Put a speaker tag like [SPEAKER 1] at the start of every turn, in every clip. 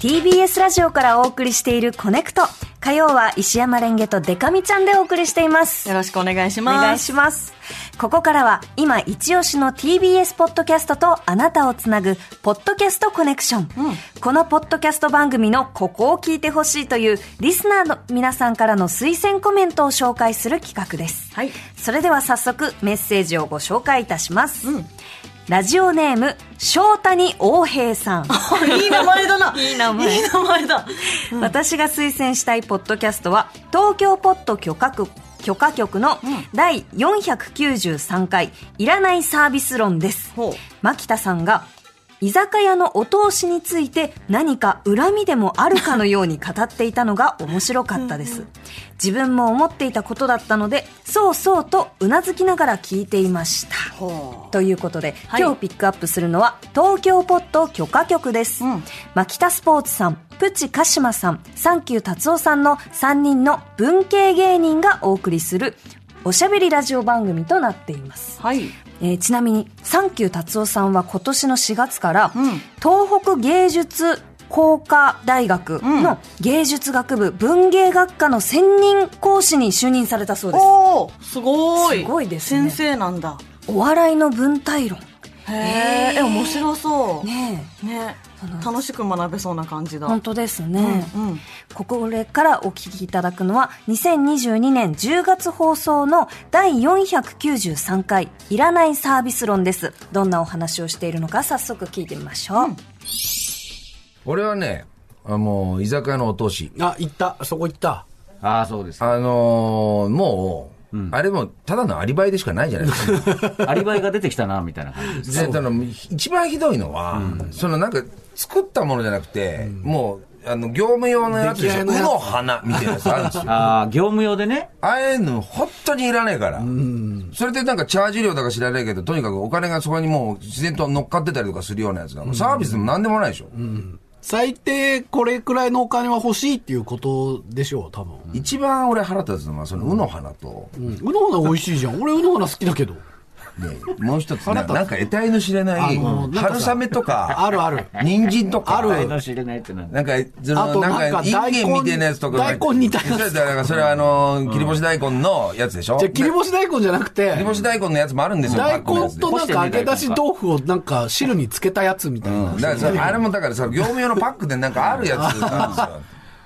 [SPEAKER 1] TBS ラジオからお送りしているコネクト。火曜は石山レンゲとデカミちゃんでお送りしています。
[SPEAKER 2] よろしくお願いし
[SPEAKER 1] お
[SPEAKER 2] ます。
[SPEAKER 1] 願いします。ここからは今一押しの TBS ポッドキャストとあなたをつなぐポッドキャストコネクション。このポッドキャスト番組のここを聞いてほしいというリスナーの皆さんからの推薦コメントを紹介する企画です。
[SPEAKER 2] はい。
[SPEAKER 1] それでは早速メッセージをご紹介いたします。
[SPEAKER 2] うん
[SPEAKER 1] ラジオネーム、翔谷王平さん。
[SPEAKER 2] いい名前だな。
[SPEAKER 1] いい名前
[SPEAKER 2] いい名前だ。
[SPEAKER 1] 私が推薦したいポッドキャストは東京ポッド許可局許可局の第493回いらないサービス論です
[SPEAKER 2] ほう。
[SPEAKER 1] 牧田さんが居酒屋のお通しについて何か恨みでもあるかのように語っていたのが 面白かったです。自分も思っていたことだったので、そうそうとうなずきながら聞いていました。
[SPEAKER 2] ほ
[SPEAKER 1] ということで、
[SPEAKER 2] はい
[SPEAKER 1] 今日ピックアップするのは東京ポッド許可局です、
[SPEAKER 2] うん
[SPEAKER 1] マキタスポーツさんプチ鹿島さんサンキュー達夫さんの3人の文系芸人がお送りするおしゃべりラジオ番組となっています、
[SPEAKER 2] う。はい。
[SPEAKER 1] えーちなみにサンキュー達夫さんは今年の4月から、
[SPEAKER 2] うん
[SPEAKER 1] 東北芸術工科大学
[SPEAKER 2] うん
[SPEAKER 1] の芸術学部文芸学科の専任講師に就任されたそうです、
[SPEAKER 2] おお、すごい。
[SPEAKER 1] すごいですね
[SPEAKER 2] 先生なんだ。
[SPEAKER 1] お笑いの文体論
[SPEAKER 2] へ
[SPEAKER 1] へー
[SPEAKER 2] え。え、面白そう。ね。
[SPEAKER 1] ねえそうなんです
[SPEAKER 2] 楽しく学べそうな感じだ。
[SPEAKER 1] 本当ですね、
[SPEAKER 2] うんうん。
[SPEAKER 1] ここからお聞きいただくのは2022年10月放送の第493回「いらないサービス論」ですどんなお話をしているのか早速聞いてみましょう、
[SPEAKER 3] 俺はね、あもう、居酒屋のお通し。
[SPEAKER 4] あ、行った。そこ行った。
[SPEAKER 5] ああ、そうです。
[SPEAKER 3] あのーもう、あれも、ただのアリバイでしかないじゃない ですか。
[SPEAKER 5] アリバイが出てきたな、みたいな感じです。
[SPEAKER 3] で、ただ一番ひどいのは、そのなんか、作ったものじゃなくて、もう、あの、業務用のやつでしょ。う
[SPEAKER 4] 出来合いのやつ
[SPEAKER 3] の花みたいなやつあるんです よ。
[SPEAKER 5] ああ、業務用でね。
[SPEAKER 3] ああいうの本当にいらねえから。それでなんかチャージ料だか知らないけど、とにかくお金がそこにもう自然と乗っかってたりとかするようなやつだから、サービスでも何でもないでしょ。
[SPEAKER 4] 最低これくらいのお金は欲しいっていうことでしょう、多分。
[SPEAKER 3] 一番俺腹立つのは、その、うの花と、
[SPEAKER 4] うん。うの花美味しいじゃん。俺うの花好きだけど。
[SPEAKER 3] ねもう一つな、なんか得体の知れない、
[SPEAKER 4] あのなんか
[SPEAKER 3] 春
[SPEAKER 4] さ
[SPEAKER 3] 雨とか、
[SPEAKER 4] あるある。
[SPEAKER 3] 人参とか、
[SPEAKER 4] ある
[SPEAKER 5] あの知れないってなんで
[SPEAKER 3] なんか、その
[SPEAKER 4] あと
[SPEAKER 3] なん
[SPEAKER 4] な
[SPEAKER 3] か、
[SPEAKER 4] んか
[SPEAKER 3] イン
[SPEAKER 4] 大
[SPEAKER 3] ゲン
[SPEAKER 4] 根
[SPEAKER 3] みたいなやつとか。
[SPEAKER 4] 大根みたいなやつ
[SPEAKER 3] それだから、それはあの、切り干し大根のやつでしょ
[SPEAKER 4] じゃあ切
[SPEAKER 3] で
[SPEAKER 4] り干し大根じゃなくて
[SPEAKER 3] 切、り干し大根のやつもあるんですよ、パ
[SPEAKER 4] 大
[SPEAKER 3] ックのや
[SPEAKER 4] 根
[SPEAKER 3] つで
[SPEAKER 4] となんか揚げ出し豆腐をなんか汁につけたやつみたいな。
[SPEAKER 3] だからそれ、あれもだからさ、業務用のパックでなんかあるやつな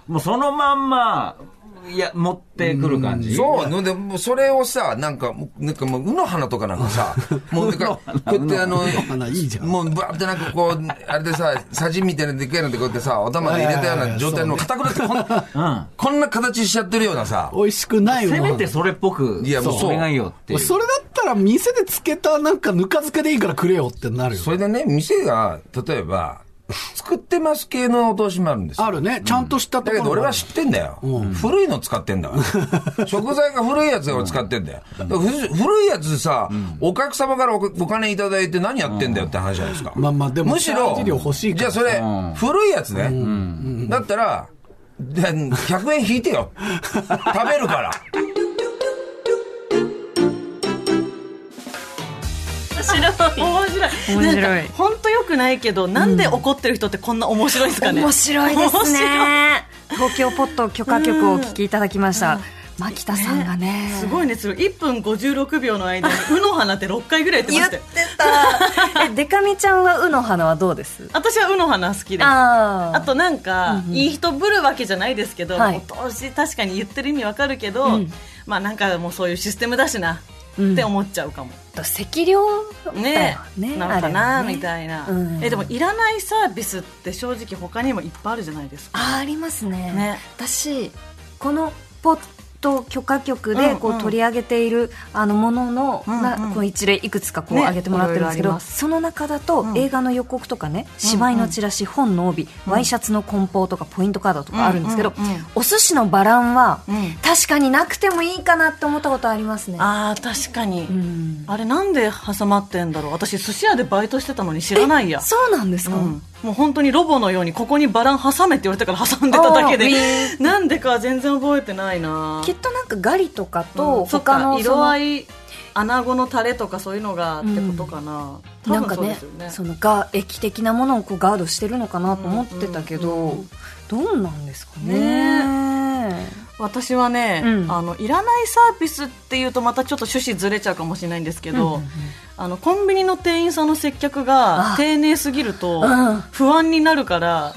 [SPEAKER 3] ん
[SPEAKER 5] もうそのまんま、いや、持ってくる感
[SPEAKER 3] で
[SPEAKER 5] じ。
[SPEAKER 3] すよ。そう、ので、もうそれをさ、なんか、もうなんかもう、うの花とかなんかさ、もう、てか、こうやってあの、
[SPEAKER 4] 花いいじゃん。
[SPEAKER 3] もうバーってなんかこう、あれでさ、さじみたいなでっかいのでこうやってさ、頭で入れたような状態の、硬くなってこんな、こんな形しちゃってるようなさ、
[SPEAKER 4] 美味しくない
[SPEAKER 5] せ
[SPEAKER 4] うの
[SPEAKER 5] め
[SPEAKER 4] 花
[SPEAKER 5] てそれっぽく、
[SPEAKER 3] いやもうそう
[SPEAKER 5] お願いよっていう。
[SPEAKER 4] それだったら店でつけたなんかぬか漬けでいいからくれよってなるよ
[SPEAKER 3] そ。れでね、店が、例えば、作ってます系のお通しもあるんですよ。
[SPEAKER 4] あるね。ちゃんとした
[SPEAKER 3] だ
[SPEAKER 4] とこ
[SPEAKER 3] け
[SPEAKER 4] ろ。
[SPEAKER 3] ど俺は知ってんだよ。古いの使ってんだ から。食材が古いやつを使ってんだよ。だからふ古いやつさ、お客様からおお金いただいて何やってんだよって話じゃないですか。
[SPEAKER 4] まあまあでも
[SPEAKER 3] むし
[SPEAKER 4] チャ
[SPEAKER 3] ろ
[SPEAKER 4] ージ料欲しい、か
[SPEAKER 3] じゃ
[SPEAKER 4] ら
[SPEAKER 3] あそれ、古いやつね。だったら、で100円引いて よ。食べるから。
[SPEAKER 1] 面
[SPEAKER 2] 面白い。
[SPEAKER 1] 白い
[SPEAKER 2] なんか本当よくないけど、なんで怒ってる人ってこんな面白いんですかね。
[SPEAKER 1] 面白いです
[SPEAKER 2] 面白い。
[SPEAKER 1] ね東京ポッド許可局をお聞きいただきました牧田さんがね
[SPEAKER 2] すごいね、それ1分56秒の間に、うの花って6回ぐらい言って
[SPEAKER 1] 言
[SPEAKER 2] ま
[SPEAKER 1] っ
[SPEAKER 2] してたよ。
[SPEAKER 1] たえデカミちゃんは「うの花」はどうです
[SPEAKER 2] 私はうの花好きです。
[SPEAKER 1] あー
[SPEAKER 2] あとなんか、いい人ぶるわけじゃないですけど、
[SPEAKER 1] はい
[SPEAKER 2] お通し確かに言ってる意味わかるけど、まあなんかもうそういうシステムだしな、
[SPEAKER 1] うん
[SPEAKER 2] って思っちゃうかも。
[SPEAKER 1] と赤量だ
[SPEAKER 2] ね
[SPEAKER 1] よね
[SPEAKER 2] なのか
[SPEAKER 1] あ
[SPEAKER 2] な、
[SPEAKER 1] れはね
[SPEAKER 2] みたいな、
[SPEAKER 1] うん
[SPEAKER 2] え。でもいらないサービスって正直他にもいっぱいあるじゃないですか。
[SPEAKER 1] あありますね
[SPEAKER 2] ね
[SPEAKER 1] 私このポッド許可局でこ
[SPEAKER 2] うん
[SPEAKER 1] う
[SPEAKER 2] うん
[SPEAKER 1] 取り上げているあのものの、
[SPEAKER 2] うんうん
[SPEAKER 1] なこの一例いくつかこう
[SPEAKER 2] ね
[SPEAKER 1] 上げてもらってるんですけど、
[SPEAKER 2] いろいろありま
[SPEAKER 1] その中だと、
[SPEAKER 2] うん
[SPEAKER 1] 映画の予告とかね芝居のチラシ、本の帯、ワイシャツの梱包とかポイントカードとかあるんですけど、
[SPEAKER 2] うんうんうん
[SPEAKER 1] お寿司のバランは、
[SPEAKER 2] うん
[SPEAKER 1] 確かになくてもいいかなって思ったことありますね。
[SPEAKER 2] ああ確かに、
[SPEAKER 1] うん
[SPEAKER 2] あれなんで挟まってんだろう。私寿司屋でバイトしてたのに知らないや。
[SPEAKER 1] そうなんです
[SPEAKER 2] う
[SPEAKER 1] か、
[SPEAKER 2] ん、もう本当にロボのようにここにバラン挟めって言われたから挟んでただけ
[SPEAKER 1] あ
[SPEAKER 2] で
[SPEAKER 1] ーへ
[SPEAKER 2] なんでか全然覚えてないな
[SPEAKER 1] きっとなんかガリとか
[SPEAKER 2] う
[SPEAKER 1] と
[SPEAKER 2] んそっ
[SPEAKER 1] 他
[SPEAKER 2] か
[SPEAKER 1] のその
[SPEAKER 2] 色合い穴子のタレとかそういうのがってことかな、
[SPEAKER 1] な
[SPEAKER 2] 多
[SPEAKER 1] ん
[SPEAKER 2] 分
[SPEAKER 1] か
[SPEAKER 2] そうで
[SPEAKER 1] ね
[SPEAKER 2] すよね
[SPEAKER 1] そのが液的なものをこうガードしてるのかなと思ってたけど、どうなんですかね
[SPEAKER 2] 私はね、
[SPEAKER 1] うん
[SPEAKER 2] あのいらないサービスっていうとまたちょっと趣旨ずれちゃうかもしれないんですけど、あのコンビニの店員さんの接客が
[SPEAKER 1] あ
[SPEAKER 2] 丁寧すぎると
[SPEAKER 1] うん
[SPEAKER 2] 不安になるから、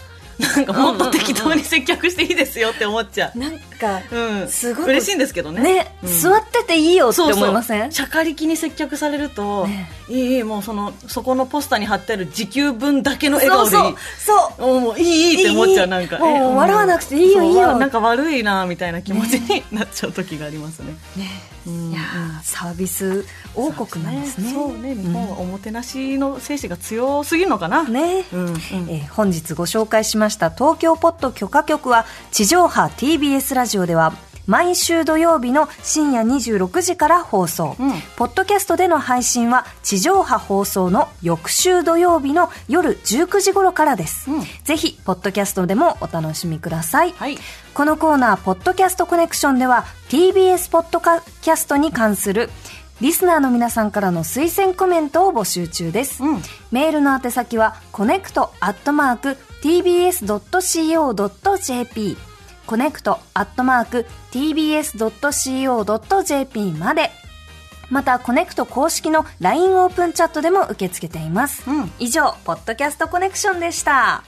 [SPEAKER 2] なんかもっと適当に接客していいですよって思っちゃう。
[SPEAKER 1] なんか
[SPEAKER 2] うん、
[SPEAKER 1] すごく
[SPEAKER 2] 嬉しいんですけどね。
[SPEAKER 1] ね座ってていいよって
[SPEAKER 2] そう
[SPEAKER 1] 思
[SPEAKER 2] そう
[SPEAKER 1] いません
[SPEAKER 2] しゃかりきに接客されると、いいいいもうそのそこのポスターに貼ってある時給分だけの笑
[SPEAKER 1] そ
[SPEAKER 2] 顔
[SPEAKER 1] う
[SPEAKER 2] でいい
[SPEAKER 1] そうそう
[SPEAKER 2] もうもういいいいって思っちゃうなんか
[SPEAKER 1] いいいい
[SPEAKER 2] え
[SPEAKER 1] もう笑わなくていいよ
[SPEAKER 2] そう
[SPEAKER 1] いいよ
[SPEAKER 2] なんか悪いなみたいな気持ちになっちゃう時がありますねうん
[SPEAKER 1] いやーサービス王国なんですね。
[SPEAKER 2] そうね日本はおもてなしの精神が強すぎるのかな、
[SPEAKER 1] ね
[SPEAKER 2] うんうん
[SPEAKER 1] えー本日ご紹介しました東京ポット許可局は地上波 TBS ラジオでは毎週土曜日の深夜26時から放送、
[SPEAKER 2] うん
[SPEAKER 1] ポッドキャストでの配信は地上波放送の翌週土曜日の夜19時頃からです、
[SPEAKER 2] うん
[SPEAKER 1] ぜひポッドキャストでもお楽しみください、
[SPEAKER 2] はい
[SPEAKER 1] このコーナー「ポッドキャストコネクション」では TBS ポッドキャストに関するリスナーの皆さんからの推薦コメントを募集中です、
[SPEAKER 2] うん
[SPEAKER 1] メールの宛先はコネクトアットマーク tbs.co.jp コネクトアットマーク tbs.co.jp までまたコネクト公式の LINE オープンチャットでも受け付けています、
[SPEAKER 2] うん
[SPEAKER 1] 以上ポッドキャストコネクションでした